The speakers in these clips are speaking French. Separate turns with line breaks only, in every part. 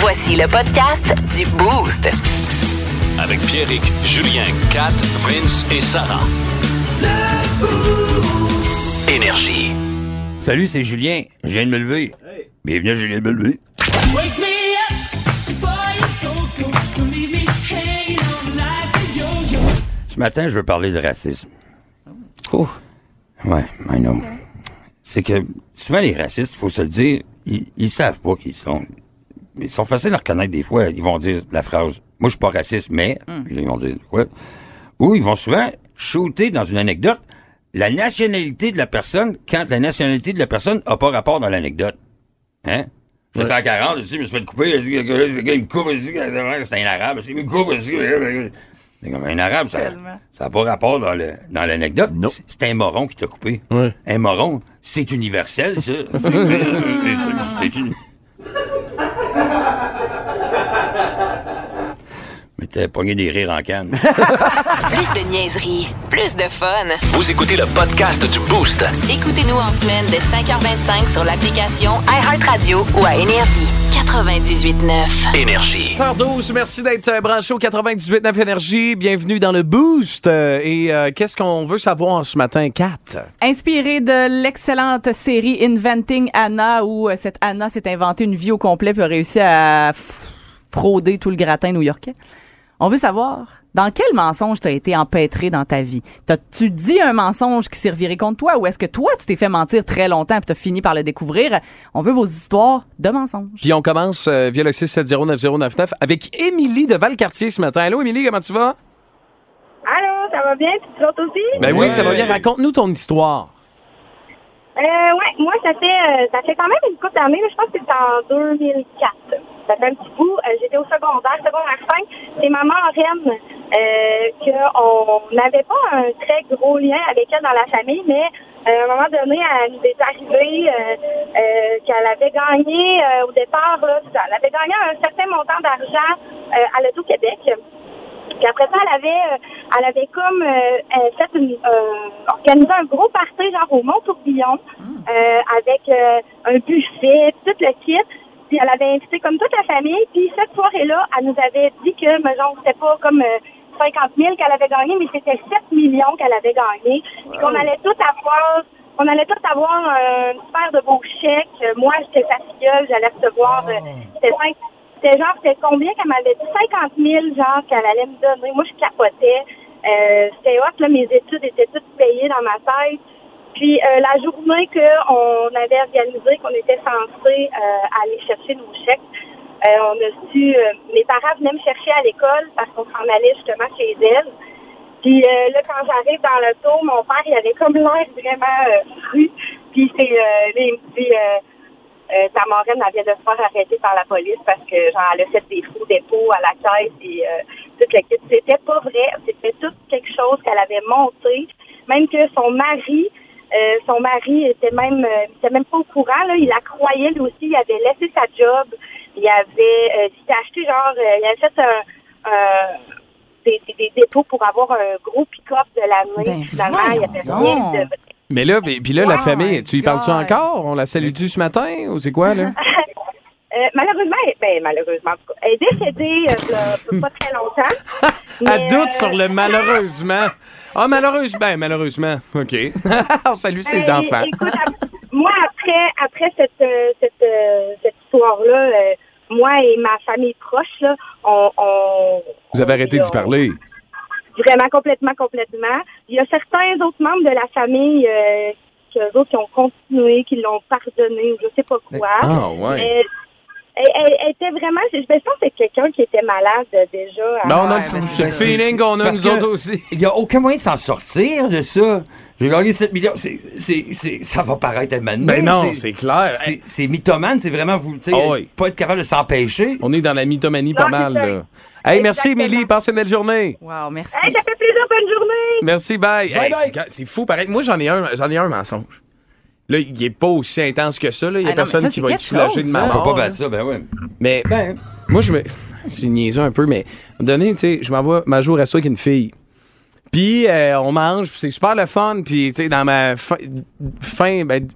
Voici le podcast du Boost.
Avec Pierrick, Julien, Kat, Vince et Sarah. Énergie.
Salut, c'est Julien. Je viens de me lever. Bienvenue à Julien de me lever.
Wake me up before you go, go. Don't leave me hanging on like a yo-yo.
Ce matin, je veux parler de racisme. Oh. Ouais, I know. C'est que souvent les racistes, faut se le dire, ils, ils savent pas qu'ils sont. Ils sont faciles à reconnaître des fois. Ils vont dire la phrase Moi je suis pas raciste, mais Puis là, ils vont dire quoi? Ou ils vont souvent shooter dans une anecdote la nationalité de la personne quand la nationalité de la personne a pas rapport dans l'anecdote. Hein?
Hmm.
Je suis en 40, ici, je me suis fait couper, il dit, le gars, il me coupe ici, c'est un arabe, il me coupe ici. hein, ben, C'est comme un arabe, ça ça n'a pas rapport dans le- dans l'anecdote. C'est- C'est un moron qui t'a coupé. Un moron, c'est universel, ça. C'est- c'est- c'est une... Mais t'as pogné des rires en canne.
Plus de niaiserie, plus de fun.
Vous écoutez le podcast du Boost.
Écoutez-nous en semaine de 5h25 sur l'application iHeartRadio ou à Énergie. 98.9.
Énergie.
12, merci d'être euh, branché au 98.9 Énergie. Bienvenue dans le Boost. Euh, Et euh, qu'est-ce qu'on veut savoir ce matin, Kat?
Inspiré de l'excellente série Inventing Anna, où euh, cette Anna s'est inventée une vie au complet puis a réussi à f- frauder tout le gratin new-yorkais. On veut savoir, dans quel mensonge t'as été empêtré dans ta vie? T'as-tu dit un mensonge qui servirait contre toi ou est-ce que toi, tu t'es fait mentir très longtemps puis t'as fini par le découvrir? On veut vos histoires de mensonges.
Puis on commence euh, via le 6709099 avec Émilie de Valcartier ce matin. Allô, Émilie, comment tu vas?
Allô, ça va bien? Tu te sens aussi?
Ben
Ouais.
oui, ça va bien. Raconte-nous ton histoire.
Euh, ouais, moi, ça fait, euh, ça fait quand même une couple d'années. là. Je pense que c'est en 2004. Ça fait un petit bout. Euh, J'étais au secondaire, secondaire 5. C'est ma marraine euh, qu'on n'avait pas un très gros lien avec elle dans la famille, mais euh, à un moment donné, elle nous est arrivée euh, euh, qu'elle avait gagné euh, au départ, là, c'est ça, elle avait gagné un certain montant d'argent euh, à l'Auto-Québec. Puis après ça, elle avait, euh, elle avait comme euh, euh, fait une, euh, organisé un gros party genre au Mont Tourbillon euh, avec euh, un buffet, puis tout le kit. Puis elle avait invité comme toute la famille. Puis cette soirée-là, elle nous avait dit que, mais genre, c'était pas comme euh, 50 000 qu'elle avait gagné, mais c'était 7 millions qu'elle avait gagné. Puis qu'on allait tout avoir, on allait tout avoir euh, une paire de beaux chèques. Euh, Moi, j'étais sa filleule, j'allais recevoir, euh, c'était cinq- c'était genre, c'était combien qu'elle m'avait dit? 50 000, genre, qu'elle allait me donner. Moi, je capotais. Euh, c'était hot, là, mes études étaient toutes payées dans ma tête. Puis, euh, la journée qu'on avait organisé, qu'on était censé euh, aller chercher nos chèques, euh, on a su, euh, mes parents venaient me chercher à l'école parce qu'on s'en allait justement chez elles. Puis euh, là, quand j'arrive dans le tour, mon père, il avait comme l'air vraiment euh, fru. Puis c'est, euh, là, il me dit, euh, euh, ta marraine, elle vient de se faire arrêter par la police parce que, genre, elle a fait des faux dépôts à la caisse et euh, tout le kit. C'était pas vrai. C'était tout quelque chose qu'elle avait monté. Même que son mari, euh, son mari était même, euh, il était même pas au courant, là. Il la croyait, lui aussi. Il avait laissé sa job. Il avait, euh, il s'était acheté, genre, euh, il avait fait un, un- des, des- des dépôts pour avoir un gros pick-up de l'année.
Ben,
Finalement, il y avait
voyons
rien de
donc.
vrai.
Mais là, puis puis là, la
Oh
famille,
my
tu y parles-tu
God.
encore? On la salue-tu ce matin ou c'est quoi, là?
Euh, malheureusement, elle- ben, malheureusement, en tout cas, elle est décédée euh, il y a pas très longtemps.
Elle
Mais,
doute
euh,
sur le malheureusement. Ah, malheureusement. Ben, malheureusement. OK. on salue ses
ben,
enfants.
écoute, ap- moi, après, après cette, euh, cette, euh, cette histoire-là, euh, moi et ma famille proche, là, on, on-
Vous avez arrêté
on-
d'y parler.
Vraiment, complètement, complètement. Il y a certains autres membres de la famille euh, qui, eux autres, qui ont continué, qui l'ont pardonné, ou je sais pas quoi.
Ah, ouais.
Mais elle, elle- elle était vraiment... Je, je pense que c'est quelqu'un qui était malade euh, déjà.
Ben, on a le,
Ah Ouais,
c'est le
ben, c'est-
feeling qu'on a,
parce
nous
que-
autres aussi.
Il n'y a aucun moyen de s'en sortir de ça. J'ai gagné 7 millions. C'est, c'est, c'est- ça va paraître à manier.
Ben non, c'est clair.
C'est, c'est mythomane, c'est vraiment vous, tu sais,
Ah oui.
pas être capable de s'empêcher.
On est dans la mythomanie
Ah,
pas
Non,
mal,
c'est ça.
là. Hey, merci,
Exactement.
Émilie. Passe une belle journée.
Wow, merci.
Hey, ça fait plaisir, bonne journée!
Merci, bye.
Bye,
Hey,
bye.
c'est ga- C'est fou, pareil. Moi, j'en ai un, j'en ai un mensonge. Là, il est pas aussi intense que ça, là. Il y
Ah
a
non,
personne
mais ça,
qui
c'est
va être
quelque
soulagé
chose, hein.
de ma
là.
On peut
mort,
pas
là.
battre ça, ben ouais.
Mais,
Ben,
moi, je me. C'est niaiseux un peu, mais à un moment donné, tu sais, je m'envoie ma jour à soi avec une fille. Puis, euh, on mange, puis c'est super le fun. Puis, tu sais, dans ma fin, fin ben,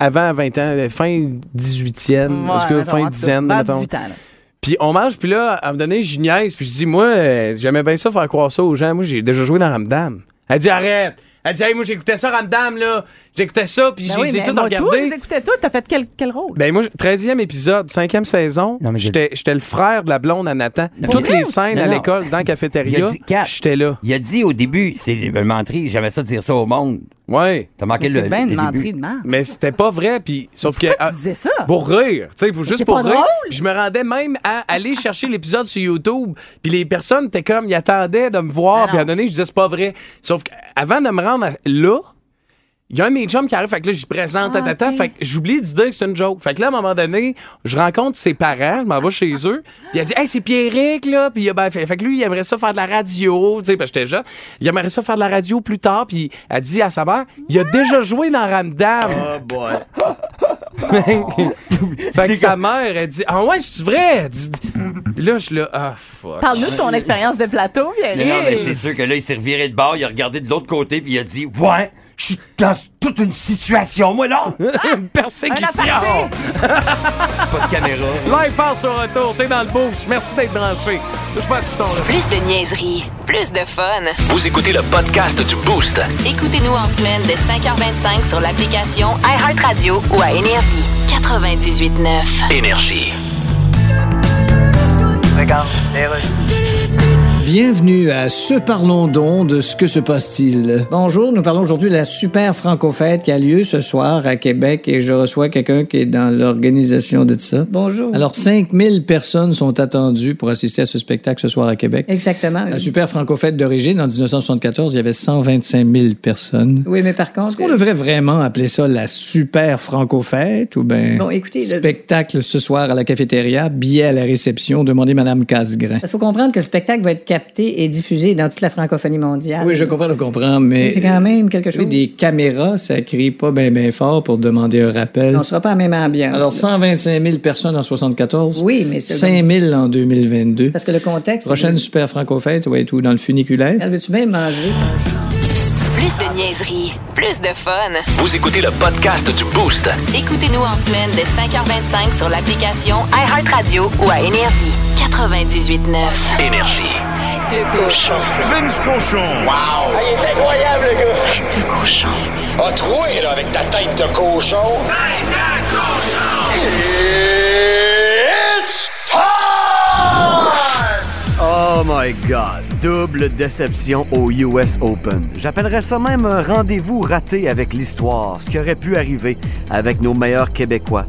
avant 20 ans, euh, fin 18e,
Ouais,
en tout cas,
mettons, en
fin
tout cas,
dizaine,
vers
mettons.
18 ans, là.
Puis on mange, puis là, à un moment donné, je niaise, puis je dis, moi, euh, j'aimais bien ça faire croire ça aux gens. Moi, j'ai déjà joué dans Ramdam. Elle dit, arrête! Elle dit, hey, moi, j'écoutais ça, Ramdam, là. J'écoutais ça, puis
Ben
j'ai
oui,
j'ai
mais
tout
moi, toi,
regardé.
je les écoutais tout. T'as fait quel, quel rôle?
Ben moi, 13e épisode, 5e saison,
Non, mais j'ai-
j'étais j'étais le frère de la blonde à Nathan. Toutes
mais-
les scènes
Non,
à
non.
l'école, dans la
Il
cafétéria,
a dit quatre.
j'étais là.
Il a dit au début, c'est une menterie, j'aimais ça dire ça au monde.
Ouais.
T'as manqué le.
C'est bien
le
une menterie
début.
de merde.
Mais c'était pas vrai, puis sauf que...
Pourquoi
ah,
tu disais ça?
Pour rire, tu sais, pour, juste
c'est
pour
pas
rire.
drôle?
Puis Je me rendais même à aller chercher l'épisode sur YouTube, puis les personnes étaient comme, ils attendaient de me voir,
Ben
puis à un
non.
moment donné, je disais, c'est pas vrai. Sauf qu'avant de me rendre à- là, il y a un de mes chums qui arrive, fait que là, j'y présente,
Ah,
tatata,
ok.
fait que j'oublie de dire que c'est une joke. Fait que là, à un moment donné, je rencontre ses parents, je m'en vais chez eux, puis il a dit, hey, c'est Pierrick, là, puis il a ben, fait, fait que lui, il aimerait ça faire de la radio, tu sais, parce que j'étais jeune, il aimerait ça faire de la radio plus tard, puis elle dit à sa mère, il a déjà joué dans Ramdam. Fait que sa mère, elle dit Ah ouais, c'est vrai? Elle dit- Puis là, je suis là, ah fuck.
Parle-nous de ton expérience de plateau,
Non,
Pierre.
non, mais c'est sûr que là, il s'est reviré de bord, il a regardé de l'autre côté, puis il a dit Ouais, je suis dans toute une situation, moi, là
Une persécution!
Pas de caméra.
Live passe au retour, t'es dans le bouche. Merci d'être branché. Touche pas à ce ton-là.
Plus de niaiserie, plus de fun.
Vous écoutez le podcast du Boost.
Écoutez-nous en semaine de 5h25 sur l'application iHeartRadio ou à Énergie. 98.9.
Énergie.
Bienvenue à Ce Parlons donc de ce que se passe-t-il. Bonjour, nous parlons aujourd'hui de la super franco-fête qui a lieu ce soir à Québec et je reçois quelqu'un qui est dans l'organisation de ça. Bonjour. Alors, 5000 personnes sont attendues pour assister à ce spectacle ce soir à Québec.
Exactement.
La Ah, super franco-fête d'origine, en 1974, il y avait 125 000 personnes.
Oui, mais par
Est-ce
contre.
qu'on devrait vraiment appeler ça la super franco-fête ou bien...
Bon, écoutez, là,
Spectacle ce soir à la cafétéria, billet à la réception, demandez Madame Casgrain.
parce qu'il faut comprendre que le spectacle va être capté et diffusé dans toute la francophonie mondiale.
Oui, je comprends, je comprends, mais...
C'est quand même quelque chose.
Oui, des caméras, ça crie pas bien ben fort pour demander un rappel.
On sera pas à la même ambiance.
Alors,
là.
125 000 personnes en 74.
Oui, mais c'est.
5 000 en 2022.
Parce que le contexte.
Prochaine super franco-fête, ça va être où? Dans le funiculaire?
Elle Veux-tu bien manger?
Plus de niaiserie, plus de fun.
Vous écoutez le podcast du Boost.
Écoutez-nous en semaine de 5h25 sur l'application iHeartRadio ou à Énergie. 98.9.
Énergie.
Vince Cochon. Wow! Ah, il est incroyable, le gars! Tête de cochon. Ah, troué, là, avec ta tête de cochon. Tête de cochon! It's
Oh my God! Double déception au US Open. J'appellerais ça même un rendez-vous raté avec l'histoire, ce qui aurait pu arriver avec nos meilleurs Québécois,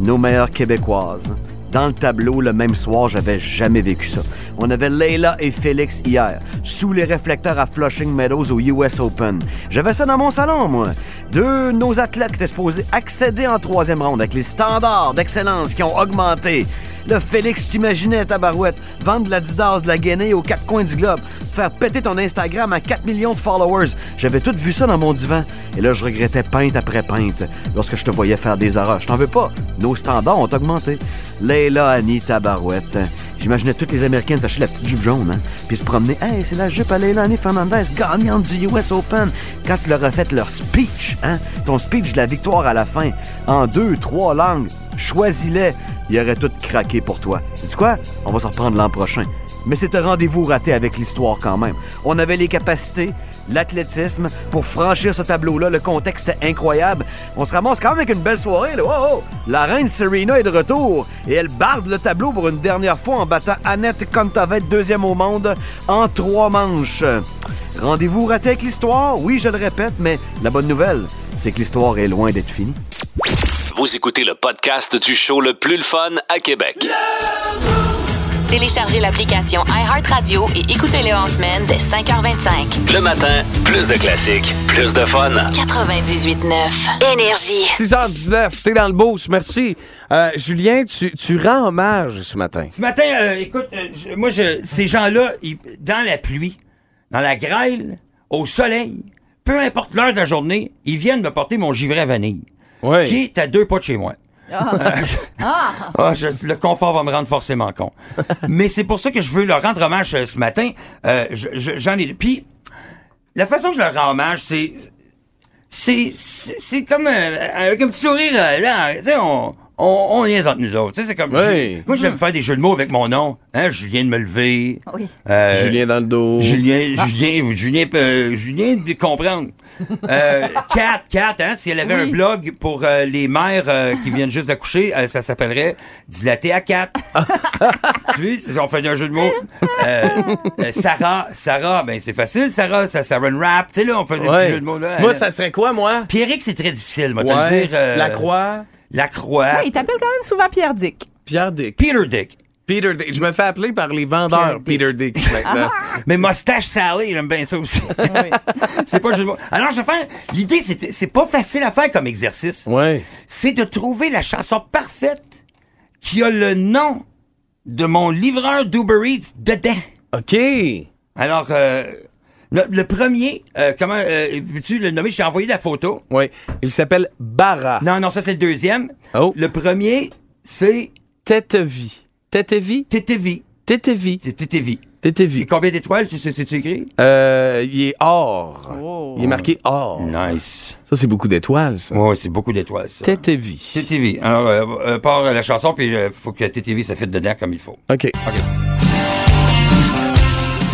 nos meilleures Québécoises. Dans le tableau, le même soir, j'avais jamais vécu ça. On avait Leila et Félix hier, sous les réflecteurs à Flushing Meadows au US Open. J'avais ça dans mon salon, moi. Deux de nos athlètes qui étaient supposés accéder en troisième ronde avec les standards d'excellence qui ont augmenté. Là, Félix, t'imaginais, tabarouette, vendre de la Didas, de la Guinée aux quatre coins du globe, faire péter ton Instagram à 4 millions de followers. J'avais tout vu ça dans mon divan. Et là, je regrettais peinte après peinte lorsque je te voyais faire des erreurs. Je t'en veux pas. Nos standards ont augmenté. Leila, Annie, tabarouette. J'imaginais toutes les Américaines s'acheter la petite jupe jaune, hein, puis se promener. Hey, c'est la jupe à Leila Annie Fernandez, gagnante du US Open. Quand tu leur as fait leur speech, hein, ton speech de la victoire à la fin, en deux, trois langues, choisis-les. Ils auraient tout craqué pour toi. Sais-tu quoi? On va se reprendre l'an prochain. Mais c'est un rendez-vous raté avec l'histoire quand même. On avait les capacités, l'athlétisme pour franchir ce tableau-là. Le contexte était incroyable. On se ramasse quand même avec une belle soirée. Là. Wow, wow! La reine Serena est de retour et elle barde le tableau pour une dernière fois en battant Annette Kontaveit, deuxième au monde, en trois manches. Rendez-vous raté avec l'histoire? Oui, je le répète, mais la bonne nouvelle, c'est que l'histoire est loin d'être finie.
Vous écoutez le podcast du show le plus le fun à Québec.
Téléchargez l'application iHeartRadio et écoutez-le en semaine dès 5h25.
Le matin, plus de classiques, plus de fun.
98.9. Énergie.
6h19, t'es dans le boost. Merci. Euh, Julien, tu, tu rends hommage ce matin.
Ce matin, euh, écoute, euh, je- moi, je, ces gens-là, ils- dans la pluie, dans la grêle, au soleil, peu importe l'heure de la journée, ils viennent me porter mon givret à vanille,
Oui.
qui est à deux pas de chez moi. Ah, je- le confort va me rendre forcément con. Mais c'est pour ça que je veux leur rendre hommage euh, ce matin. Euh, je- je- J'en ai. Puis, la façon que je leur rends hommage, c'est. C'est c'est- c'est comme euh, avec un petit sourire. euh, Là, tu sais, on, on, on niaise entre nous autres. Tu sais, c'est comme.
Oui.
Ju- Moi, j'aime faire des jeux de mots avec mon nom. Hein, Julien de me lever.
Oui.
Euh,
Julien dans le dos.
Julien, Julien, Julien, euh, Julien de comprendre. Euh, Kat, Kat, hein, si elle avait
Oui.
un blog pour euh, les mères euh, qui viennent juste d'accoucher, euh, ça s'appellerait Dilaté à Kat. tu sais, on fait un jeu de mots. Euh, euh, Sarah, Sarah, ben c'est facile, Sarah, ça, ça run rap. Tu sais, là, on fait des
Ouais.
petits jeux de mots. Là,
Moi,
Euh,
ça serait quoi, moi?
Pierrick, c'est très difficile, moi, te
Ouais.
le dire. euh,
La Croix.
La Croix.
Ouais, il t'appelle quand même souvent Pierre Dick.
Pierre Dick.
Peter Dick.
Peter Dick. Je me fais appeler par les vendeurs Peter Dick, maintenant.
Mais moustache salée, j'aime bien ça aussi. c'est pas juste moi. Alors, je vais faire. L'idée, c'est c'est pas facile à faire comme exercice.
Ouais.
C'est de trouver la chanson parfaite qui a le nom de mon livreur d'Uber Eats dedans.
OK.
Alors, euh, le, le premier, euh, comment euh, veux-tu le nommer? Je t'ai envoyé la photo.
Oui. Il s'appelle Barra.
Non, non, ça, c'est le deuxième.
Oh.
Le premier, c'est.
Tetevi. Tetevi?
Tetevi.
Tetevi.
Tetevi.
Tetevi.
Et combien d'étoiles, tu sais, c'est-tu écrit?
Euh, il est or. Il est marqué or.
Nice.
Ça, c'est beaucoup d'étoiles, ça.
Oui, c'est beaucoup d'étoiles,
Euh,
ça.
Tetevi.
TTV. Alors, euh, euh, part euh, la chanson, puis il faut que TTV ça fitte dedans comme il faut.
OK.
OK.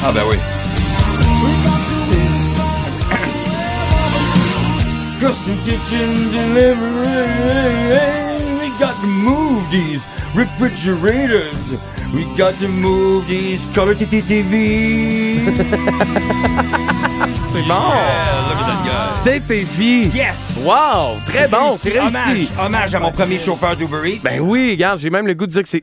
Ah, ben oui. Custom kitchen delivery. We got to move these refrigerators. We got to move these color TTV.
C'est bon. Ah. Tetevi.
Yes.
Wow. Très bon. C'est
Hommage,
réussi.
hommage à mon premier chauffeur d'Uber Eats.
Ben oui, regarde, j'ai même le goût de dire que c'est.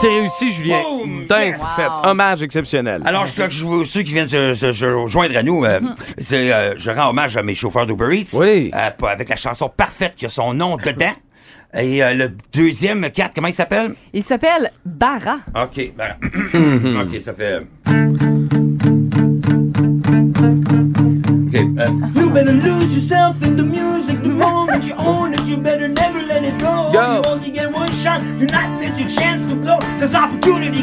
C'est réussi, Julien.
Boom!
Putain,
Yes!
c'est fait. Hommage exceptionnel.
Alors, je crois que je veux ceux qui viennent se, se- se joindre à nous. euh, c'est, euh, je rends hommage à mes chauffeurs d'Uber Eats.
Oui.
Euh, pas- avec la chanson parfaite qui a son nom dedans. Et euh, le deuxième, 4, comment il s'appelle?
Il s'appelle Barra.
OK. ben, OK, ça fait... euh, OK. euh,
You better lose yourself in the music. The more that you own it, you better never let it go.
Go.
You only get one shot, do not miss your chance to blow. Cause opportunity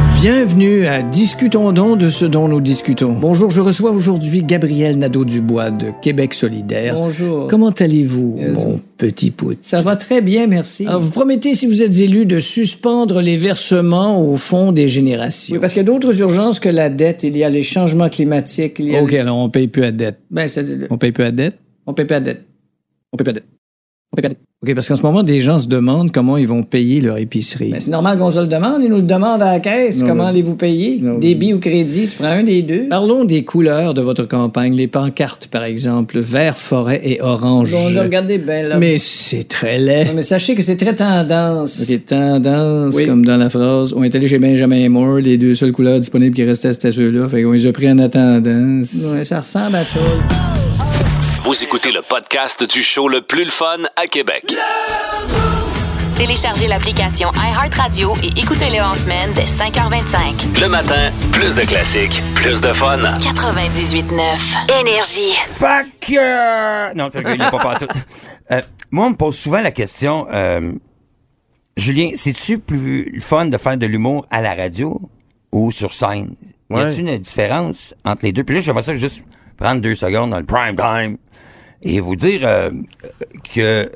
Bienvenue à Discutons donc de ce dont nous discutons. Bonjour, je reçois aujourd'hui Gabriel Nadeau-Dubois de Québec solidaire.
Bonjour.
Comment allez-vous, mon petit pote? Ça va très bien, merci. vous promettez, si vous êtes élu, de suspendre les versements au fond des générations. Oui, parce qu'il y a d'autres urgences que la dette. Il y a les changements climatiques. Il y a
OK, alors on paye plus à dette.
Ben, c'est-
On paye plus à dette.
on paye pas la dette. On paye pas la dette. On paye pas la dette. OK, parce qu'en ce moment, des gens se demandent comment ils vont payer leur épicerie.
Ben, c'est normal qu'on se le demande. Ils nous le demandent à la caisse.
Non,
Comment
mais-
allez-vous payer?
Non,
Débit ou crédit? Tu prends un des deux?
Parlons des couleurs de votre campagne, les pancartes par exemple, vert, forêt et orange.
Bon, là, regardez bien, là.
Mais c'est très laid.
Non, mais sachez que c'est très tendance.
Ok, tendance,
Oui.
comme dans la phrase, on est allé chez Benjamin et Moore, les deux seules couleurs disponibles qui restaient, c'était ceux-là, fait qu'on les a pris en attendant.
Ouais, ça ressemble à ça.
Vous écoutez le podcast du show le plus le fun à Québec.
Téléchargez l'application iHeartRadio et écoutez-le en semaine dès 5h25.
Le matin, plus de classiques, plus de fun.
98.9 Énergie.
Fuck you! Non, c'est vrai, il est pas partout. Euh, moi, on me pose souvent la question, euh, Julien, c'est-tu plus fun de faire de l'humour à la radio ou sur scène? Y
Ouais.
a-t-il une différence entre les deux? Puis là, j'aimerais ça juste prendre deux secondes dans le prime time et vous dire euh, que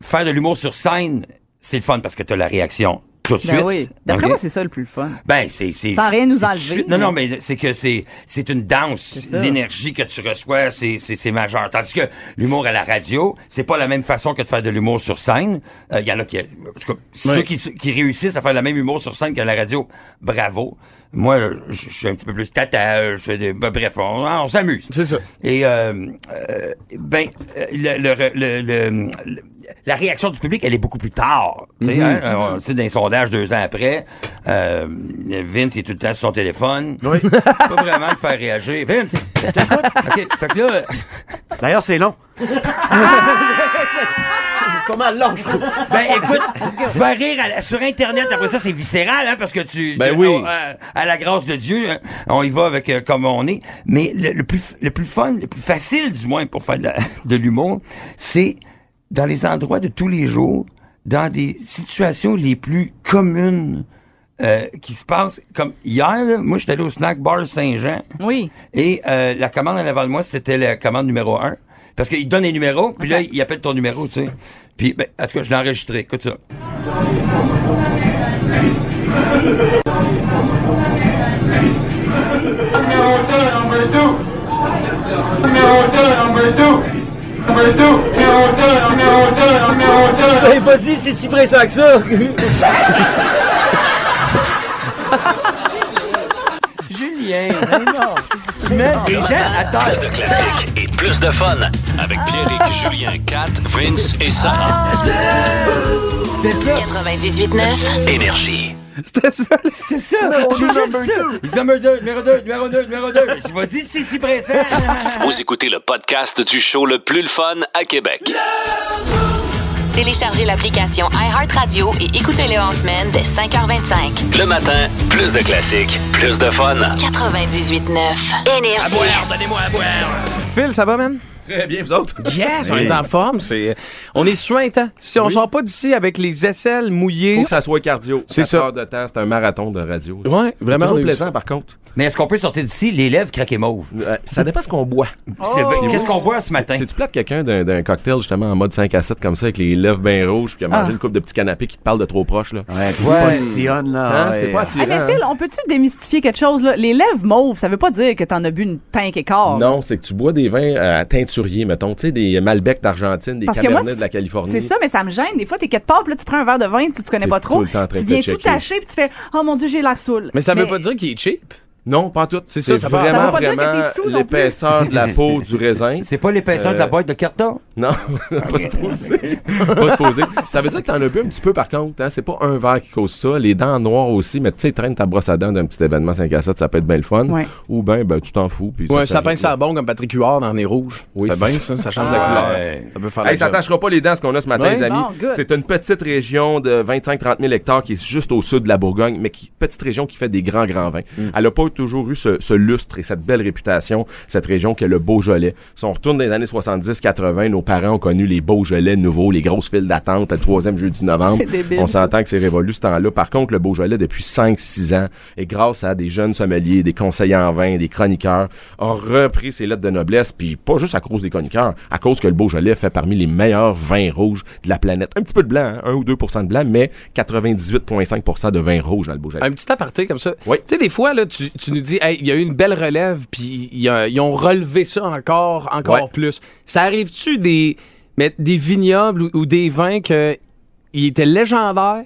faire de l'humour sur scène, c'est le fun parce que t'as la réaction tout de suite.
Ben oui. D'après
Ok?
moi, c'est ça le plus fun.
Ben, c'est. c'est-
Sans rien nous
c'est tout de
enlever,
suite. Non,
mais-
non, mais c'est que c'est c'est une danse.
ça.
L'énergie que tu reçois, c'est- c'est c'est majeur. Tandis que l'humour à la radio, c'est pas la même façon que de faire de l'humour sur scène. Il y en a qui. en tout cas, Ceux qui, qui réussissent à faire le même humour sur scène qu'à la radio, bravo. Moi, je je suis un petit peu plus tata, je fais des. ben, bref, on, on s'amuse.
C'est ça.
Et euh, euh, ben euh, le, le- le- le- le- la réaction du public, elle est beaucoup plus tard. Tu sais, hein, on le sait d'un sondage deux ans après, euh, Vince il est tout le temps sur son téléphone. Oui. Pas vraiment le faire réagir. Vince. je t'écoute. OK, fait que là,
D'ailleurs, c'est long. Comment lâche
Ah! Ben écoute, tu vas rire à la- sur Internet, après ça, c'est viscéral, hein, parce que tu.
Ben
tu-
oui.
on- euh, à la grâce de Dieu, hein, on y va avec euh, comme on est. Mais le, le plus, le plus fun, le plus facile, du moins, pour faire de, la- de l'humour, c'est dans les endroits de tous les jours, dans des situations les plus communes euh, qui se passent. Comme hier, là, moi, j'étais allé au snack bar Saint-Jean.
Oui.
Et euh, la commande en avant de moi, c'était la commande numéro un. Parce qu'il donne les numéros, puis là, il appelle ton numéro, tu sais. Puis, ben, en tout cas, je l'ai enregistré. Écoute ça.
C'est impossible, Eh, c'est si pressant que ça.
Julien, Mais les gens attendent.
Plus de classiques et plus de fun avec Pierrick, Julien, Kat, Vince et Sarah.
C'est ça.
98.9.
Énergie.
C'était ça.
C'était ça. J'ai juste ça. Ils sont numéro 2, numéro 2, numéro 2, numéro 2. Je vas dit, c'est si pressant.
Vous écoutez le podcast du show le plus le fun à Québec.
Téléchargez l'application iHeartRadio et écoutez-le en semaine dès 5h25.
Le matin, plus de classiques, plus de fun.
98.9.
À
Énergie.
boire, donnez-moi à boire.
Phil, ça va, man?
Très bien, vous autres?
Yes, on est en forme. c'est- On est suintant. Si on sort pas d'ici avec les aisselles mouillées.
Faut que ça soit cardio.
C'est
Quatre
ça.
heures de temps, c'est un marathon de radio.
Ouais, vraiment, on a
Toujours
eu
plaisant,
ça.
par contre.
Mais est-ce qu'on peut sortir d'ici les lèvres craquées mauves?
ça dépend ce qu'on boit.
C'est- Qu'est-ce qu'on boit ce matin?
C'est- C'est-tu plate quelqu'un d'un d'un cocktail, justement, en mode 5 à 7 comme ça, avec les lèvres bien rouges, puis a
Ah.
mangé une coupe de petits canapés qui te parle de trop proche, là? Ouais,
Ouais. postillonne, là, ouais.
C'est pas
Ah,
attirant.
mais Phil, on peut-tu démystifier quelque chose? Là? Les lèvres mauves, ça veut pas dire que t'en as bu une tank et quart.
Non, c'est que tu bois des vins euh, à teinturier, mettons, tu sais, des Malbec d'Argentine, des
Parce que moi,
Cabernet de la Californie.
C'est ça, mais ça me gêne. Des fois, t'es quatre parts, puis là, tu prends un verre de vin, tu, tu connais
T'es
pas trop.
tout le temps en train
tu
de te
viens tout
checker.
taché, puis tu fais Oh mon Dieu, j'ai l'air saoul.
Mais ça veut pas
dire qu'il est cheap.
Non, pas en tout. C'est
ça, ça va-
vraiment,
ça va pas dire que
vraiment
t'es sous non plus.
l'épaisseur de la peau du raisin. Euh,
C'est pas l'épaisseur de la boîte de carton?
Non, pas se poser. pas se poser. Ça veut dire que t'en as bu un petit peu par contre. Hein? C'est pas un verre qui cause ça. Les dents noires aussi, mais tu sais, traîne ta brosse à dents d'un petit événement 5 à 7, ça peut être bien le fun.
Ouais.
Ou ben, ben tu t'en fous. Puis
Ou un
ça
sapin sans bon comme Patrick Huard dans les rouges. Oui.
c'est
bien
ça.
ça, ça change la
Ah.
couleur.
Ouais.
Ça peut faire
Hey,
la
ça
job.
tâchera pas les dents ce qu'on a ce matin,
Ouais.
les amis.
Bon, good.
c'est une petite région de 25-30 000 hectares qui est juste au sud de la Bourgogne, mais qui, petite région qui fait des grands, grands vins.
Mm.
Elle n'a pas toujours eu ce, ce lustre et cette belle réputation, cette région qu'est le Beaujolais. Si on retourne dans les années 70-80, nos parents ont connu les Beaujolais nouveaux, les grosses files d'attente le troisième jeudi de novembre.
C'est débile,
on s'entend que c'est révolu ce temps-là. Par contre, le Beaujolais, depuis 5-6 ans, et grâce à des jeunes sommeliers, des conseillers en vin, des chroniqueurs, a repris ses lettres de noblesse, puis pas juste à cause des chroniqueurs, à cause que le Beaujolais fait parmi les meilleurs vins rouges de la planète. Un petit peu de blanc, hein, 1 ou 2 de blanc, mais 98,5 de vin rouge dans le Beaujolais.
Un petit aparté comme ça. Tu sais, des fois, là, tu, tu nous dis, Hey, il y a eu une belle relève, puis il y a- ils ont relevé ça encore, encore
Ouais.
plus. Ça arrive-tu des, mais des vignobles ou, ou des vins que ils étaient légendaires,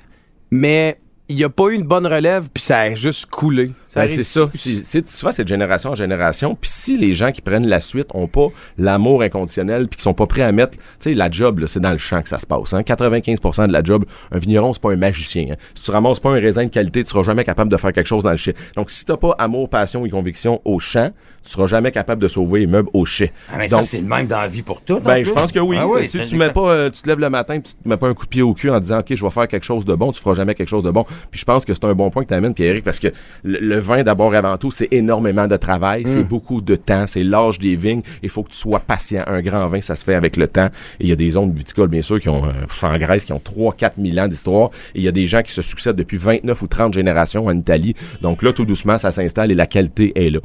mais il n'y a pas eu une bonne relève, puis ça a juste coulé?
Ben,
arrive-
c'est ça. C'est- c'est- souvent, c'est de génération en génération. Puis si les gens qui prennent la suite ont pas l'amour inconditionnel puis qui sont pas prêts à mettre... Tu sais, la job, là, c'est dans le champ que ça se passe. Hein? 95 de la job, un vigneron, c'est pas un magicien. hein. Si tu ramasses pas un raisin de qualité, tu seras jamais capable de faire quelque chose dans le chai. Donc, si t'as pas amour, passion et conviction au champ, tu seras jamais capable de sauver les meubles au chai.
Ah, mais
Donc,
ça, c'est le même dans la vie pour tout. en
ben,
plus.
je pense que oui.
Ah oui,
si
c'est
tu mets pas, euh, tu te lèves le matin, puis tu te mets pas un coup de pied au cul en disant, OK, je vais faire quelque chose de bon, tu feras jamais quelque chose de bon. Puis je pense que c'est un bon point que tu amènes, Pierre-Éric, parce que le, le vin, d'abord et avant tout, c'est énormément de travail, c'est beaucoup de temps, c'est l'âge des vignes. Il faut que tu sois patient. Un grand vin, ça se fait avec le temps. Et il y a des zones viticoles, bien sûr, qui ont, euh, pff, en Grèce, qui ont 3 4 000 ans d'histoire. Et il y a des gens qui se succèdent depuis 29 ou 30 générations en Italie. Donc là, tout doucement, ça s'installe et la qualité est là.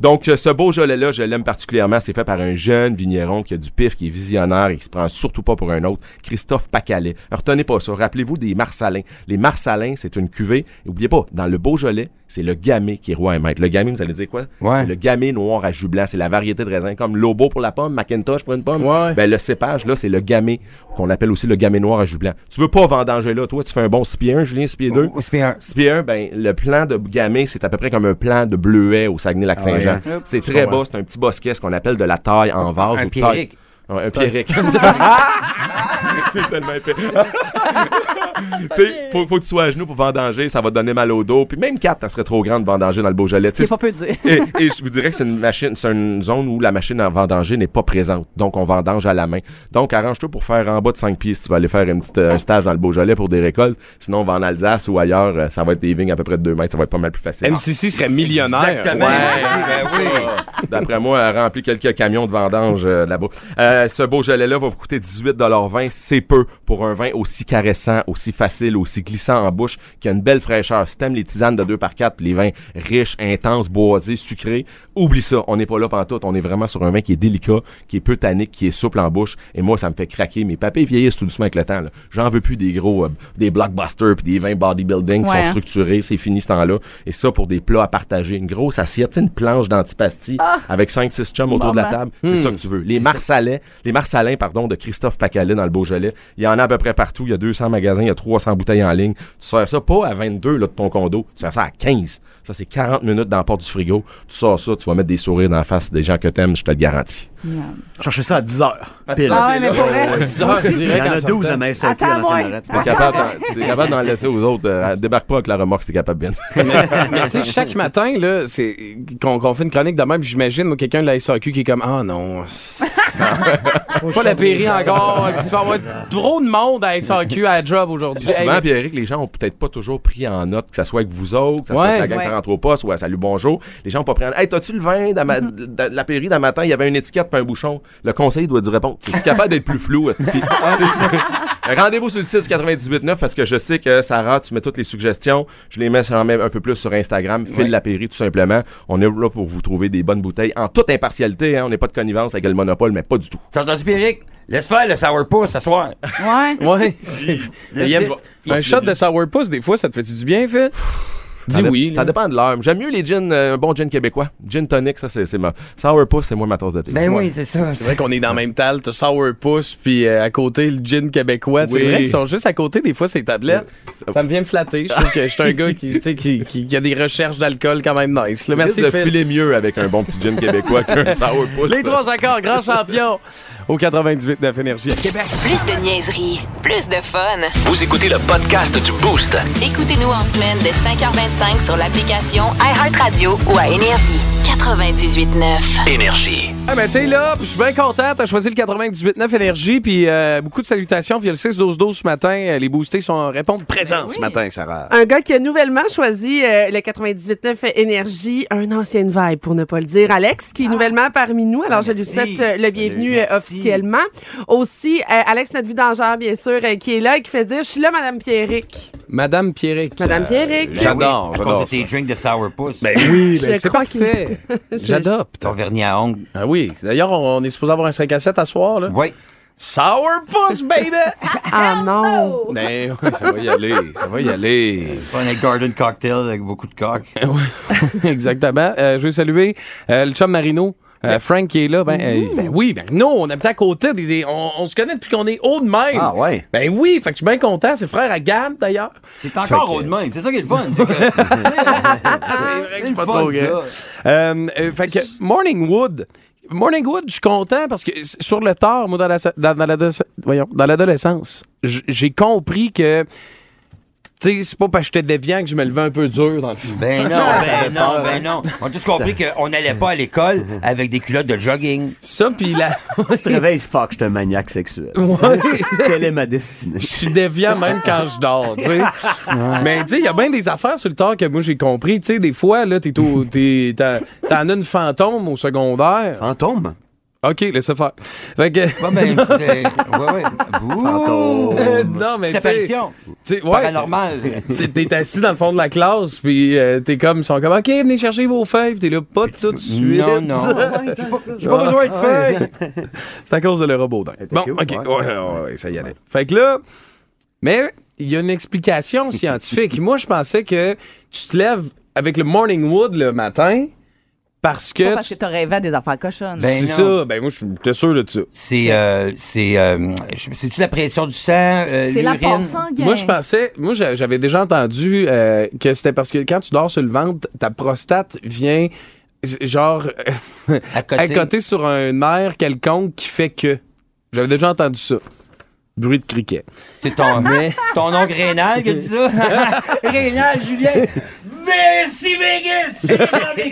Donc, euh, ce beau Beaujolais-là, je l'aime particulièrement. C'est fait par un jeune vigneron qui a du pif, qui est visionnaire et qui se prend surtout pas pour un autre, Christophe Pacalet. Alors, Retenez pas ça. Rappelez-vous des Marsalins. Les Marsalins, c'est une cuvée. Et Oubliez pas, dans le Beaujolais, c'est le gamay qui est roi et maître. Le gamay, vous allez dire quoi? C'est le gamay noir à jus blanc. C'est la variété de raisin. Comme l'obo pour la pomme, Macintosh pour une pomme. Ben, le cépage, là, c'est le gamay, qu'on appelle aussi le gamay noir à jus blanc. Tu veux pas vendanger là. Toi, tu fais un bon 6 pieds 1, Julien, 6 pieds 2.
6 pieds 1.
ben, le plan de gamay, c'est à peu près comme un plan de bleuet au Saguenay-Lac-Saint-Jean.
Ah ouais, hein?
C'est
Je
très
comprends.
bas. C'est un petit bosquet, ce qu'on appelle de la taille en vase.
Un
ou taille-
pierrique.
Ouais, un
C'est un-
Pierrick. T'es tellement épais. tu sais, faut, faut que tu sois à genoux pour vendanger, ça va te donner mal au dos. Puis même 4, elle serait trop grande vendanger dans le Beaujolais.
Ce qui est
Tu sais,
pas peu dire.
et, et je vous dirais que c'est une machine, c'est une zone où la machine à vendanger n'est pas présente. Donc, on vendange à la main. Donc, arrange-toi pour faire en bas de 5 pieds si tu vas aller faire une petite, euh, un stage dans le Beaujolais pour des récoltes. Sinon, on va en Alsace ou ailleurs, euh, ça va être des vignes à peu près de 2 mètres, ça va être pas mal plus facile.
MCC serait millionnaire.
Exactement.
Ouais.
Ben
Ouais, c'est ça. D'après moi, elle remplit quelques camions de vendange euh, là-bas. Euh, ce beau gelé-là va vous coûter 18,20 C'est peu pour un vin aussi caressant, aussi facile, aussi glissant en bouche, qui a une belle fraîcheur. Si t'aimes les tisanes de 2x4, les vins riches, intenses, boisés, sucrés, oublie ça. On n'est pas là pantoute. On est vraiment sur un vin qui est délicat, qui est peu tannique, qui est souple en bouche. Et moi, ça me fait craquer. Mes papés vieillissent tout doucement avec le temps. là. J'en veux plus des gros, euh, des blockbusters puis des vins bodybuilding qui
Ouais,
sont
hein.
structurés structuré, c'est fini ce temps-là. Et ça, pour des plats à partager. Une grosse assiette, tu sais, une planche d'antipasti
Ah!
avec 5-6 chums autour de la
Maman.
table. C'est
Hmm.
ça que tu veux. Les Marsalins, les Marsalins, pardon, de Christophe Pacalet dans le Beaujolais. Il y en a à peu près partout. Il y a 200 magasins, il y a 300 bouteilles en ligne. Tu sers ça pas à 22 là, de ton condo. Tu sers ça à 15. Ça, c'est 40 minutes dans la porte du frigo. Tu sors ça, tu vas mettre des sourires dans la face des gens que t'aimes, je te le garantis.
Cherchez ça à 10 h
À 10 heures, Ah ouais, t'es mais là. pour vrai.
Il
Ouais, 10 heures,
y
direct
en a
en
12 à
sortant.
MSAQ dans
Attends,
la
ouais.
Samarette.
T'es capable, d'en- t'es capable d'en laisser aux autres. euh, débarque pas avec la remorque si t'es capable, bien.
Mais tu sais, chaque matin, là, c'est qu'on qu'on fait une chronique de même, puis j'imagine moi, quelqu'un de la SAQ qui est comme Ah non. c'est- pas la péri encore. Il va y avoir trop de monde à SAQ à la job aujourd'hui.
Puis souvent,
Hey,
puis Eric, les gens ont peut-être pas toujours pris en note, que ça soit avec vous autres, que ça soit
Ouais.
avec la gang
Ouais.
qui rentre au poste ou à Salut Bonjour. Les gens ont pas pris en Hey, t'as-tu le vin dans
Mhm.
ma, dans la pairie d'un matin? Il y avait une étiquette puis un bouchon. Le conseil doit dire répondre. Tu capable d'être plus flou? est-ce que- Tu sais, tu- Rendez-vous sur le site du 98.9 parce que je sais que Sarah, tu mets toutes les suggestions. Je les mets sur- même un peu plus sur Instagram. File
Ouais.
la pairie, tout simplement. On est là pour vous trouver des bonnes bouteilles en toute impartialité. hein. On n'est pas de connivence avec le monopole, mais pas du tout.
T'as entendu, Pierrick? Laisse faire le sourpuss ce soir.
Ouais.
Ouais. c'est- Ben, Yann, Un shot de sourpuss, des fois, ça te fait du bien, fait?
Ça
Dis
dé-
oui.
Ça dépend de l'heure. J'aime mieux les gins, euh, un bon gin québécois. Gin tonic, ça, c'est c'est ma. Sourpuss, c'est moi ma tasse de thé.
Ben oui,
c'est ça.
C'est vrai qu'on est dans le même tal, t'as Sourpuss, puis euh, à côté le gin québécois. C'est
Oui.
vrai qu'ils sont juste à côté des fois ces tablettes.
Euh,
Ça me vient me flatter. Je trouve que je suis un gars qui, tu sais, qui, qui- qui a des recherches d'alcool quand même nice. là. merci
Risque de
Phil.
filer mieux avec un bon petit gin québécois qu'un sourpuss.
Les trois accords, grand champion au 98.9 Énergie. Québec.
Plus de niaiserie, plus de fun.
Vous écoutez le podcast du Boost.
Écoutez-nous en semaine de 5h25 sur l'application iHeartRadio ou à Énergie. 98.9.
Énergie.
Ah ben t'es là, puis je suis bien content, t'as choisi le 98.9 Énergie, puis euh, beaucoup de salutations via le 6-12-12 ce matin. Euh, Les boostés sont répondent présents ce matin, Sarah.
Un gars qui a nouvellement choisi euh, le 98.9 Énergie, un ancien vibe pour ne pas le dire, Alex, qui est nouvellement parmi nous. Alors, je lui souhaite euh, le bienvenu euh, officiellement. Aussi, euh, Alex, notre vidangeur, bien sûr, euh, qui est là et qui fait dire « Je suis là, Madame Pierrick
Madame Pierrick. Euh,
Madame Pierrick.
J'adore,
À
j'adore
cause de tes drinks de sourpuss.
Ben oui,
Je ben c'est crois qu'il- parfait. Je-
J'adopte.
Ton vernis à ongles.
Ah oui. D'ailleurs, on on est supposé avoir un 5 à 7 à soir, là.
Oui.
Sourpuss, baby! »
Ah non!
Ben, ouais, ça va y aller, ça va y aller.
Pas un garden cocktail avec beaucoup de coq.
Exactement. Euh, je veux saluer euh, le chum Marino. Euh, Frank qui est là, ben, euh, il dit, ben oui, Marino, on habite à côté, des- des- on, on se connaît depuis qu'on est haut de même.
Ah ouais.
Ben oui, fait que je suis bien content, c'est frère à gamme d'ailleurs.
T'es encore haut de même, c'est ça qui est le fun. C'est que-
vrai
que je suis pas trop grand.
Euh, euh, fait que Morningwood. Morningwood, je suis content parce que s- sur le tard, moi, dans la- dans- dans l'adolescence, voyons, dans l'adolescence, j- j'ai compris que. Tu sais, c'est pas parce que j'étais déviant que je me levais un peu dur dans le film.
Ben non, ben non,
hein.
ben non. On a tous compris qu'on n'allait pas à l'école avec des culottes de jogging.
Ça, puis là.
Tu te réveilles, fuck, je suis un maniaque sexuel.
Ouais.
Telle est ma destinée.
Je suis déviant même quand je dors, tu sais. Mais tu sais, il y a bien des affaires sur le tard que moi j'ai compris. Tu sais, des fois, là, t'es au- t'es- t'en t'en as une fantôme au secondaire.
Fantôme?
OK, laissez faire. Fait que...
Ouais, ben, une petite, euh, ouais, ouais. Fantôme.
Euh, non, mais
Petite
tu sais-
apparition.
tu sais, ouais.
Paranormal.
T'sais, T'es assis dans le fond de la classe, puis euh, t'es comme, ils sont comme, OK, venez chercher vos feuilles, puis t'es là, pas tout de suite.
Non, non.
J'ai pas besoin de feuilles. C'est à cause de le robot dingue. Bon, OK, ouais, ouais, ouais, ça y allait. Fait que là, mais il y a une explication scientifique. Moi, je pensais que tu te lèves avec le morning wood le matin parce
Pas
que.
parce que t'as rêvé à des affaires cochonnes.
Ben C'est non. ça, ben moi, je suis sûr de ça.
C'est, euh, c'est, euh, je- c'est-tu la pression du sang, euh,
C'est la
l'urine?
passe sanguine.
Moi, je pensais, moi, j'a- j'avais déjà entendu euh, que c'était parce que quand tu dors sur le ventre, ta prostate vient, s- genre, à,
côté.
sur un nerf quelconque qui fait que. J'avais déjà entendu ça. Bruit de criquet.
C'est ton, ton oncle Rénal qui a dit ça? Rénal, Julien! Merci Vegas! C'est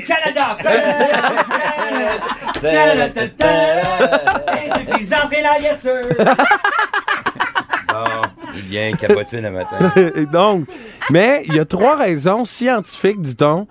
Canada! C'est les anciens yes sir! Bien cabotine le matin.
Et Donc, mais il y a trois raisons scientifiques, dit-on,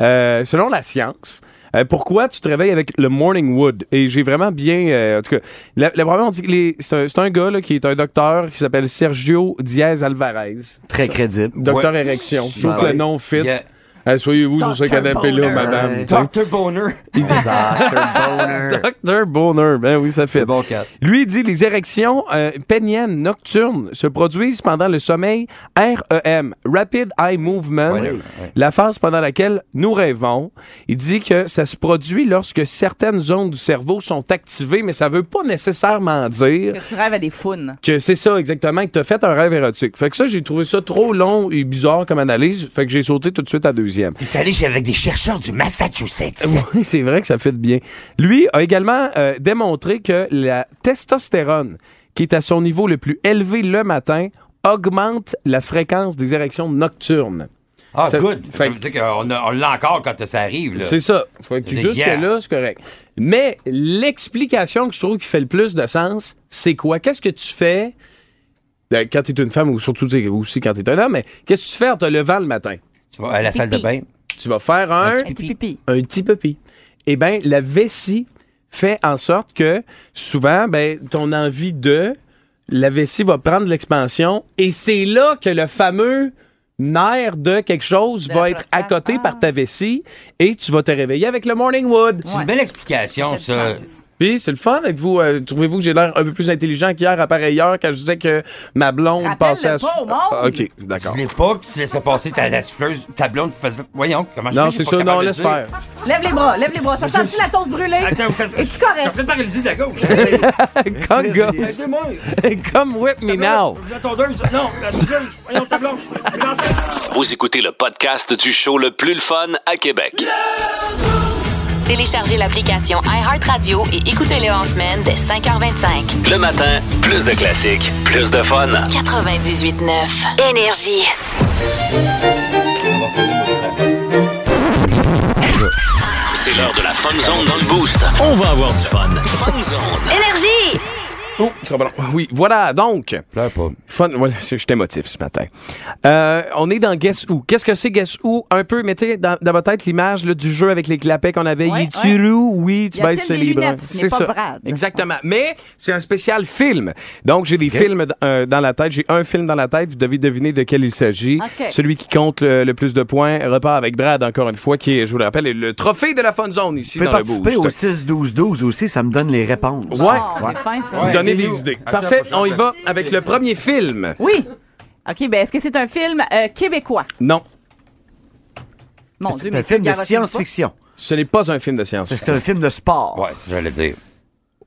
euh, selon la science. euh, pourquoi tu te réveilles avec le Morning Wood? Et j'ai vraiment bien. euh, en tout cas, la, la première, on dit que les- c'est un, c'est un gars là, qui est un docteur qui s'appelle Sergio Diaz Alvarez.
Très crédible.
Docteur
Ouais.
érection. Je trouve
Ouais,
que
ouais.
le nom fit.
Yeah.
Euh, Soyez-vous sur ce
Dr.
canapé-là,
Boner.
madame.
Dr. Boner.
Dr. Boner, ben oui, ça fait. Bon Lui il dit les érections euh, péniennes nocturnes se produisent pendant le sommeil REM, Rapid Eye Movement,
Ouais, ouais.
la phase pendant laquelle nous rêvons. Il dit que ça se produit lorsque certaines zones du cerveau sont activées, mais ça veut pas nécessairement dire
Que tu rêves à des founes.
que c'est ça exactement, que t'as fait un rêve érotique. Fait que ça, j'ai trouvé ça trop long et bizarre comme analyse. Fait que j'ai sauté tout de suite à deuxième.
T'es allé chez- avec des chercheurs du Massachusetts.
Oui, c'est vrai que ça fait de bien. Lui a également euh, démontré que la testostérone, qui est à son niveau le plus élevé le matin, augmente la fréquence des érections nocturnes.
Ah,
Ça-
good! Ça veut dire qu'on a- on l'a encore quand ça arrive. là.
C'est ça. Fait que
C'est
jusque
yeah.
là, c'est correct. Mais l'explication que je trouve qui fait le plus de sens, c'est quoi? Qu'est-ce que tu fais euh, quand tu es une femme ou surtout tu sais, aussi quand tu es un homme, mais qu'est-ce que tu fais en te levant le matin?
Tu vas à la salle de bain.
Tu vas faire un,
Un petit pipi.
un petit pipi. Eh bien, la vessie fait en sorte que souvent, ben, ton envie de la vessie va prendre de l'expansion et c'est là que le fameux nerf de quelque chose va être à côté par ta vessie et tu vas te réveiller avec le morning wood.
C'est une belle explication, ça.
Puis c'est le fun. Vous euh, trouvez-vous que j'ai l'air un peu plus intelligent qu'hier à pareille heure quand je disais que ma blonde passait à
pas au monde.
Ah, OK, d'accord.
Tu l'es pas, que tu laissais passer ta la souffleuse, ta blonde, tu fais- Voyons, comment je
Non,
fais, j'ai
c'est
pas
ça,
capable
non,
de
laisse
dire.
faire.
Lève les bras, lève les bras. Ça
Je-
sent-tu la tosse brûlée?
Attends, ça
Es-tu correct?
fait paralyser de la gauche. Ah,
Conga.
Aidez-moi.
Come whip me now.
Vous êtes tondeuse. Non, la souffleuse. Voyons, ta blonde.
Vous écoutez le podcast du show le plus le fun à Québec.
Téléchargez l'application iHeartRadio et écoutez-le en semaine dès 5h25.
Le matin, plus de classiques, plus de fun.
98.9 Énergie.
C'est l'heure de la fun zone dans le boost. On va avoir du fun. Fun zone.
Énergie!
Oh, ça va pas long. Oui, voilà, donc. Fun, voilà, je suis émotif ce matin. Euh, on est dans Guess Who. Qu'est-ce que c'est Guess Who? Un peu, mettez dans, dans votre tête l'image là, du jeu avec les clapets qu'on avait.
Ouais,
Il tu roux? Oui, tu
Y a-t-il
baisses
des
les bras.
lunettes? Ce n'est pas Brad.
Exactement. Mais c'est un spécial film. Donc, j'ai des films euh, dans la tête. J'ai un film dans la tête. Vous devez deviner de quel il s'agit.
OK.
Celui qui compte le, le plus de points repart avec Brad, encore une fois, qui est, je vous le rappelle, est le trophée de la Fun Zone ici
Fais
dans le boost.
participer au 6-12-12 aussi, ça me donne les réponses.
Ouais.
Ah, C'est fin, ça.
Vous Donnez des idées.
Attends,
Parfait,
pas cher,
on y
ben.
va avec le premier film.
Oui. OK, ben est-ce que c'est un film euh, québécois?
Non.
Mon Dieu,
C'est un
mais
film de
Gavroche,
science-fiction.
Ce n'est pas un film de science-fiction.
C'est un film de sport.
Ouais, c'est ça que j'allais dire.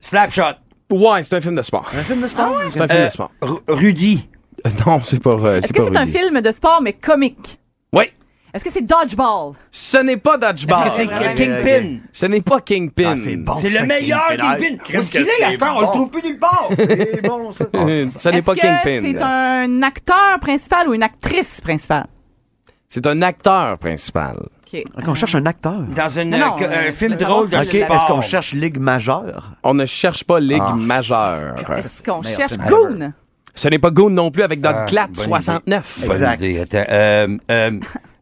Slapshot.
Ouais, c'est un film de sport. Un
film de
Ah
sport?
C'est un film de sport.
euh, Rudy.
non, c'est pas. euh,
Est-ce
c'est
que
pas
c'est un
Rudy.
film de sport, mais comique?
Oui.
Est-ce que c'est Dodgeball?
Ce n'est pas Dodgeball.
Est-ce que c'est Ki- Kingpin?
Ce n'est pas Kingpin.
Ah,
Ah, c'est
C'est le meilleur Kingpin. Où est-ce qu'il est, à cette heure? On le trouve plus nulle part. C'est bon, ça.
Ce n'est
Est-ce
pas
que
Kingpin.
C'est un acteur principal ou une actrice principale?
C'est un acteur principal.
OK.
On cherche un acteur.
Dans une,
Non, non,
euh,
euh,
un film
je veux savoir
drôle de
si je l'avais.
Est-ce qu'on
sport.
cherche Ligue majeure?
On ne cherche pas Ligue majeure.
Est-ce qu'on
Meilleur
cherche
film
Goon?
Ce n'est pas Goon non plus avec Doug
Ah,
Clatt,
bonne idée.
69.
Bonne idée. Attends, euh, euh,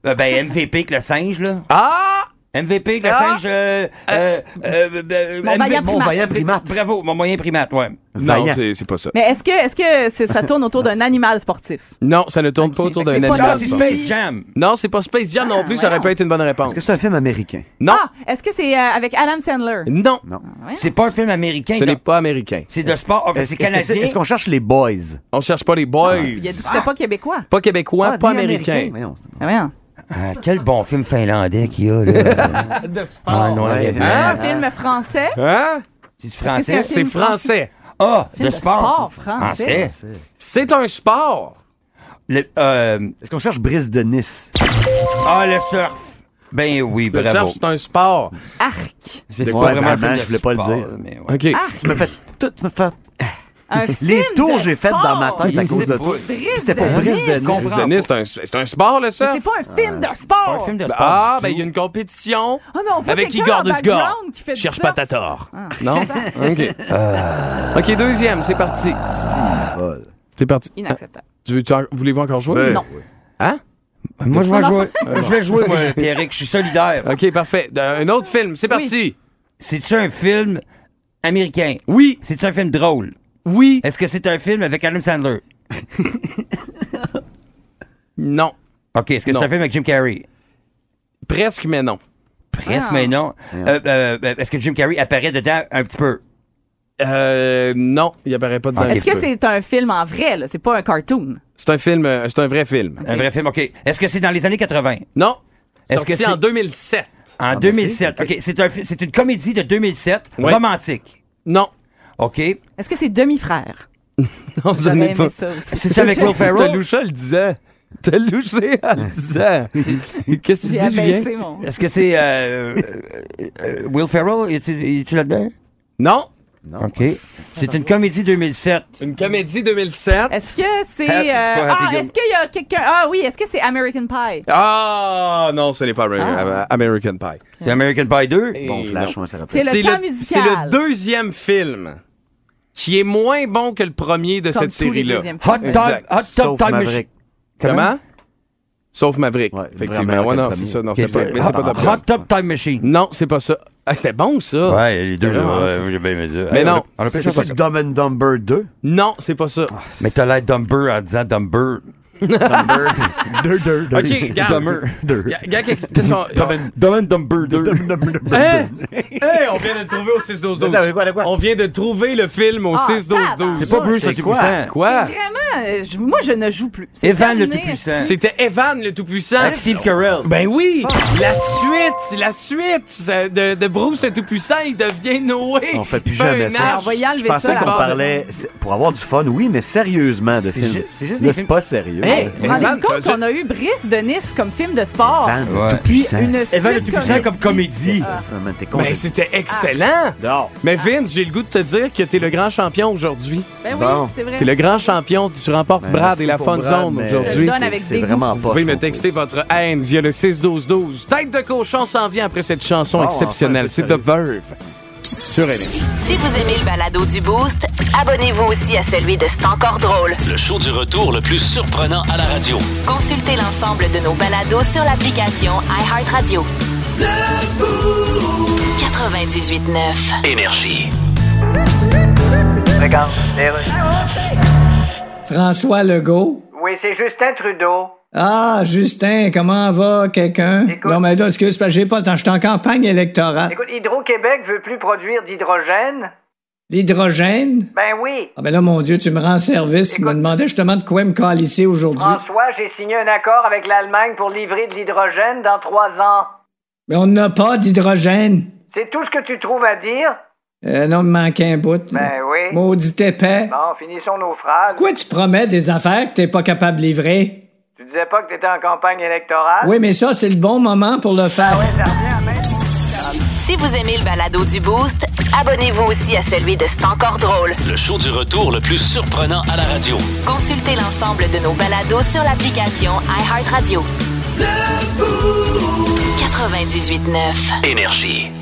euh, ben, MVP que le singe, là.
Ah!
MVP que le
Ah!
singe. euh, euh, euh, euh,
Mon vaillant
mon
primate.
vaillant primate. Bravo, mon moyen primate, ouais.
Non,
Vaillant.
c'est c'est pas ça.
Mais est-ce que, est-ce que c'est- ça tourne autour d'un animal sportif?
Non, ça ne tourne pas autour d'un
c'est pas
animal.
C'est
sportif.
Space Jam.
Non, c'est pas Space Jam non plus, ça aurait pas été une bonne réponse.
Est-ce que c'est un film américain?
Non,
Ah, est-ce que c'est euh, avec Adam Sandler?
non,
Non.
C'est pas un film américain.
ce n'est
donc.
pas américain.
C'est de sport. enfin,
Est-ce
C'est
est-ce que c'est-
canadien.
est-ce qu'on cherche les boys?
On cherche pas les boys.
Il a dit que c'était pas québécois.
Pas québécois,
Ah,
pas
ni
américain.
Voyons,
Ah, voyons.
Ah, quel bon film finlandais qu'il y a, là.
De
Ah,
sport.
non,
Ouais.
il y a-
Un film français?
Hein?
C'est du
Est-ce que
français.
C'est français.
Ah, de
Film de
sport.
sport français.
C'est un sport.
Le, euh,
Est-ce qu'on cherche Brise de Nice?
ah, le surf. Ben oui,
Le
bravo.
surf, c'est un sport.
Arc.
C'est
Ouais, vraiment,
un film de
je voulais pas le
sport,
dire.
mais ouais.
OK.
Tu me fais tout, tu me fais.
Ah. Un
Les
film
tours
de
j'ai faites dans ma
sport.
tête à cause de toi. C'était pour Brice de Ah.
Brice Denis, c'est un, c'est un sport, là, ça?
Mais c'est pas un film de sport! Bah,
Pas un film de sport. Ah, ben, il y a une compétition
Ah, mais on voit
avec
quelqu'un
Igor
en
de Sgore.
background qui fait du
Cherche
surf.
Patator.
Ah.
Non? OK.
Euh.
OK, deuxième, c'est parti. C'est parti. Euh,
Inacceptable.
Tu veux, tu en- voulez-vous encore jouer?
Ben, Non.
Hein?
Moi, je vais jouer.
Euh,
Je vais jouer, moi,
Ouais.
Pierrick. Je suis solidaire.
OK, parfait. Euh, Un autre film, c'est parti.
C'est-tu un film américain?
Oui.
C'est-tu un film drôle?
Oui.
Est-ce que c'est un film avec Adam Sandler?
non.
OK, est-ce que c'est
Non.
un film avec Jim Carrey?
Presque, mais non.
Presque, mais non. Euh, euh, euh, est-ce que Jim Carrey apparaît dedans un petit peu?
Euh, non, il apparaît pas dedans.
Est-ce que c'est un film en vrai, là? C'est pas un cartoon?
C'est un film, euh, c'est un vrai film.
Un vrai film, OK. Est-ce que c'est dans les années 80?
Non.
Est-ce
Sorti
que c'est
en 2007.
En 2007. OK, c'est un fi- c'est une comédie de 2007,
Ah, ben Ouais.
romantique.
Non.
OK.
Est-ce que c'est demi-frère?
Non,
J'avais aimé ça aussi.
C'est ça avec Will Ferrell?
Taloucha le disait. Taloucha le disait. Qu'est-ce
J'ai
que tu dis,
abaissé
Julien?
mon-
Est-ce que c'est euh, euh, euh, Will Ferrell? Est-il est-il là-dedans?
Non.
OK. C'est une comédie 2007.
Une comédie 2007.
Est-ce que c'est.
Happy
euh,
Sport, Happy
ah,
Gilmore.
est-ce qu'il y a quelqu'un. Ah oui, est-ce que c'est American Pie?
Ah, non, ce n'est pas Ameri- euh,
Ah.
American Pie. Eh,
C'est American Pie 2?
Bon flash, moi, ça rappelle.
C'est le camp
C'est
musical.
le deuxième film qui est moins bon que le premier de
Comme
cette
tous les
série-là.
deuxièmes films.
Hot Tub,
Exact.
Hot Tub
Sauf
Time Machine.
Maverick.
Comment? Sauf Maverick, effectivement.
vraiment
ben, Ouais, non, c'est
le premier.
ça. Non, c'est
Qu'est-ce
pas,
que-
mais c'est pas
Hot,
de
Hot Tub Time Machine.
Non, c'est pas ça. Ah, c'était bon, ça.
Ouais, les deux, là,
Vraiment,
ouais,
ça.
moi, j'ai bien aimé ça.
Mais
euh, Hey,
non.
on a- on a pas ça.
C'est Dumb and Dumber 2.
Non, c'est pas ça.
Mais t'as l'air dumber en disant dumber.
Dumber. Deux, deux, deux.
OK, regarde.
Dumber.
Ga- ga- qu'est-ce qu'est-ce qu'on...
Dumb and dumber 2.
Hein? Hey, on vient de le trouver au 6-12-12. On vient de trouver le film au
Ah,
6-12-12.
tabarnak.
C'est pas Bruce le Tout-Puissant.
Quoi?
Vraiment, euh, je- moi, je ne joue plus. C'est
Evan le
terminé.
Tout-Puissant.
C'était Evan le Tout-Puissant.
Avec Steve Carell.
Ben oui! La suite, la suite euh, de, de Bruce le Tout-Puissant, il devient Noé. Ben
On fait plus
Il un
jamais ça.
arbre.
On va y
Je
enlever
pensais
ça.
qu'on
là-bas.
parlait c'est- pour avoir du fun, oui, mais sérieusement de films.
juste- c'est juste
Là,
des
c'est
films-
pas sérieux.
Hey,
Vous vous rendez
Evan,
compte
t'as-
qu'on a eu Brice de Nice comme film de sport?
Van,
Ouais.
tout
Puis
puissant.
une
Evan le
sitcom.
Tout-Puissant comme comédie.
Ça, ça, man, t'es con. Ah.
Mais c'était excellent!
Non.
Mais Vince, j'ai le goût de te dire que t'es le grand champion aujourd'hui.
Ben oui,
Bon.
c'est vrai.
T'es le grand champion, tu remportes
Ben,
Brad
merci
et la
pour
Fun
Brad,
Zone
mais-
aujourd'hui.
Je le donne avec
C'est
dégoût.
vraiment
Vous
pas.
pouvez me texter votre haine via le 6-12-12. Tête de cochon s'en vient après cette chanson
Bon,
exceptionnelle.
enfin,
C'est
Ah, un
The
peu
Verve. Sur Énergie.
Si vous aimez le balado du Boost, abonnez-vous aussi à celui de C'est encore drôle.
Le show du retour le plus surprenant à la radio.
Consultez l'ensemble de nos balados sur l'application iHeartRadio. 98.9.
Énergie.
François Legault.
Oui, c'est Justin Trudeau.
Ah, Justin, comment va quelqu'un? Non, mais là, excuse, parce que j'ai pas le temps. Je suis en campagne électorale.
Écoute, Hydro-Québec veut plus produire d'hydrogène.
L'hydrogène?
Ben oui.
Ah ben là, mon Dieu, tu me rends service. Tu me demandais justement de quoi me calisser aujourd'hui.
François, j'ai signé un accord avec l'Allemagne pour livrer de l'hydrogène dans trois ans.
Mais on n'a pas d'hydrogène.
C'est tout ce que tu trouves à dire?
Euh, non, il me manquait un bout. là.
Ben oui.
Maudit épais.
Bon, finissons nos phrases.
Pourquoi tu promets des affaires que t'es pas capable de livrer?
Tu disais pas que t'étais en campagne électorale?
Oui, mais ça, c'est le bon moment pour le faire.
Si vous aimez le balado du Boost, abonnez-vous aussi à celui de C'est encore drôle.
Le show du retour le plus surprenant à la radio.
Consultez l'ensemble de nos balados sur l'application iHeartRadio. 98.9.
Énergie.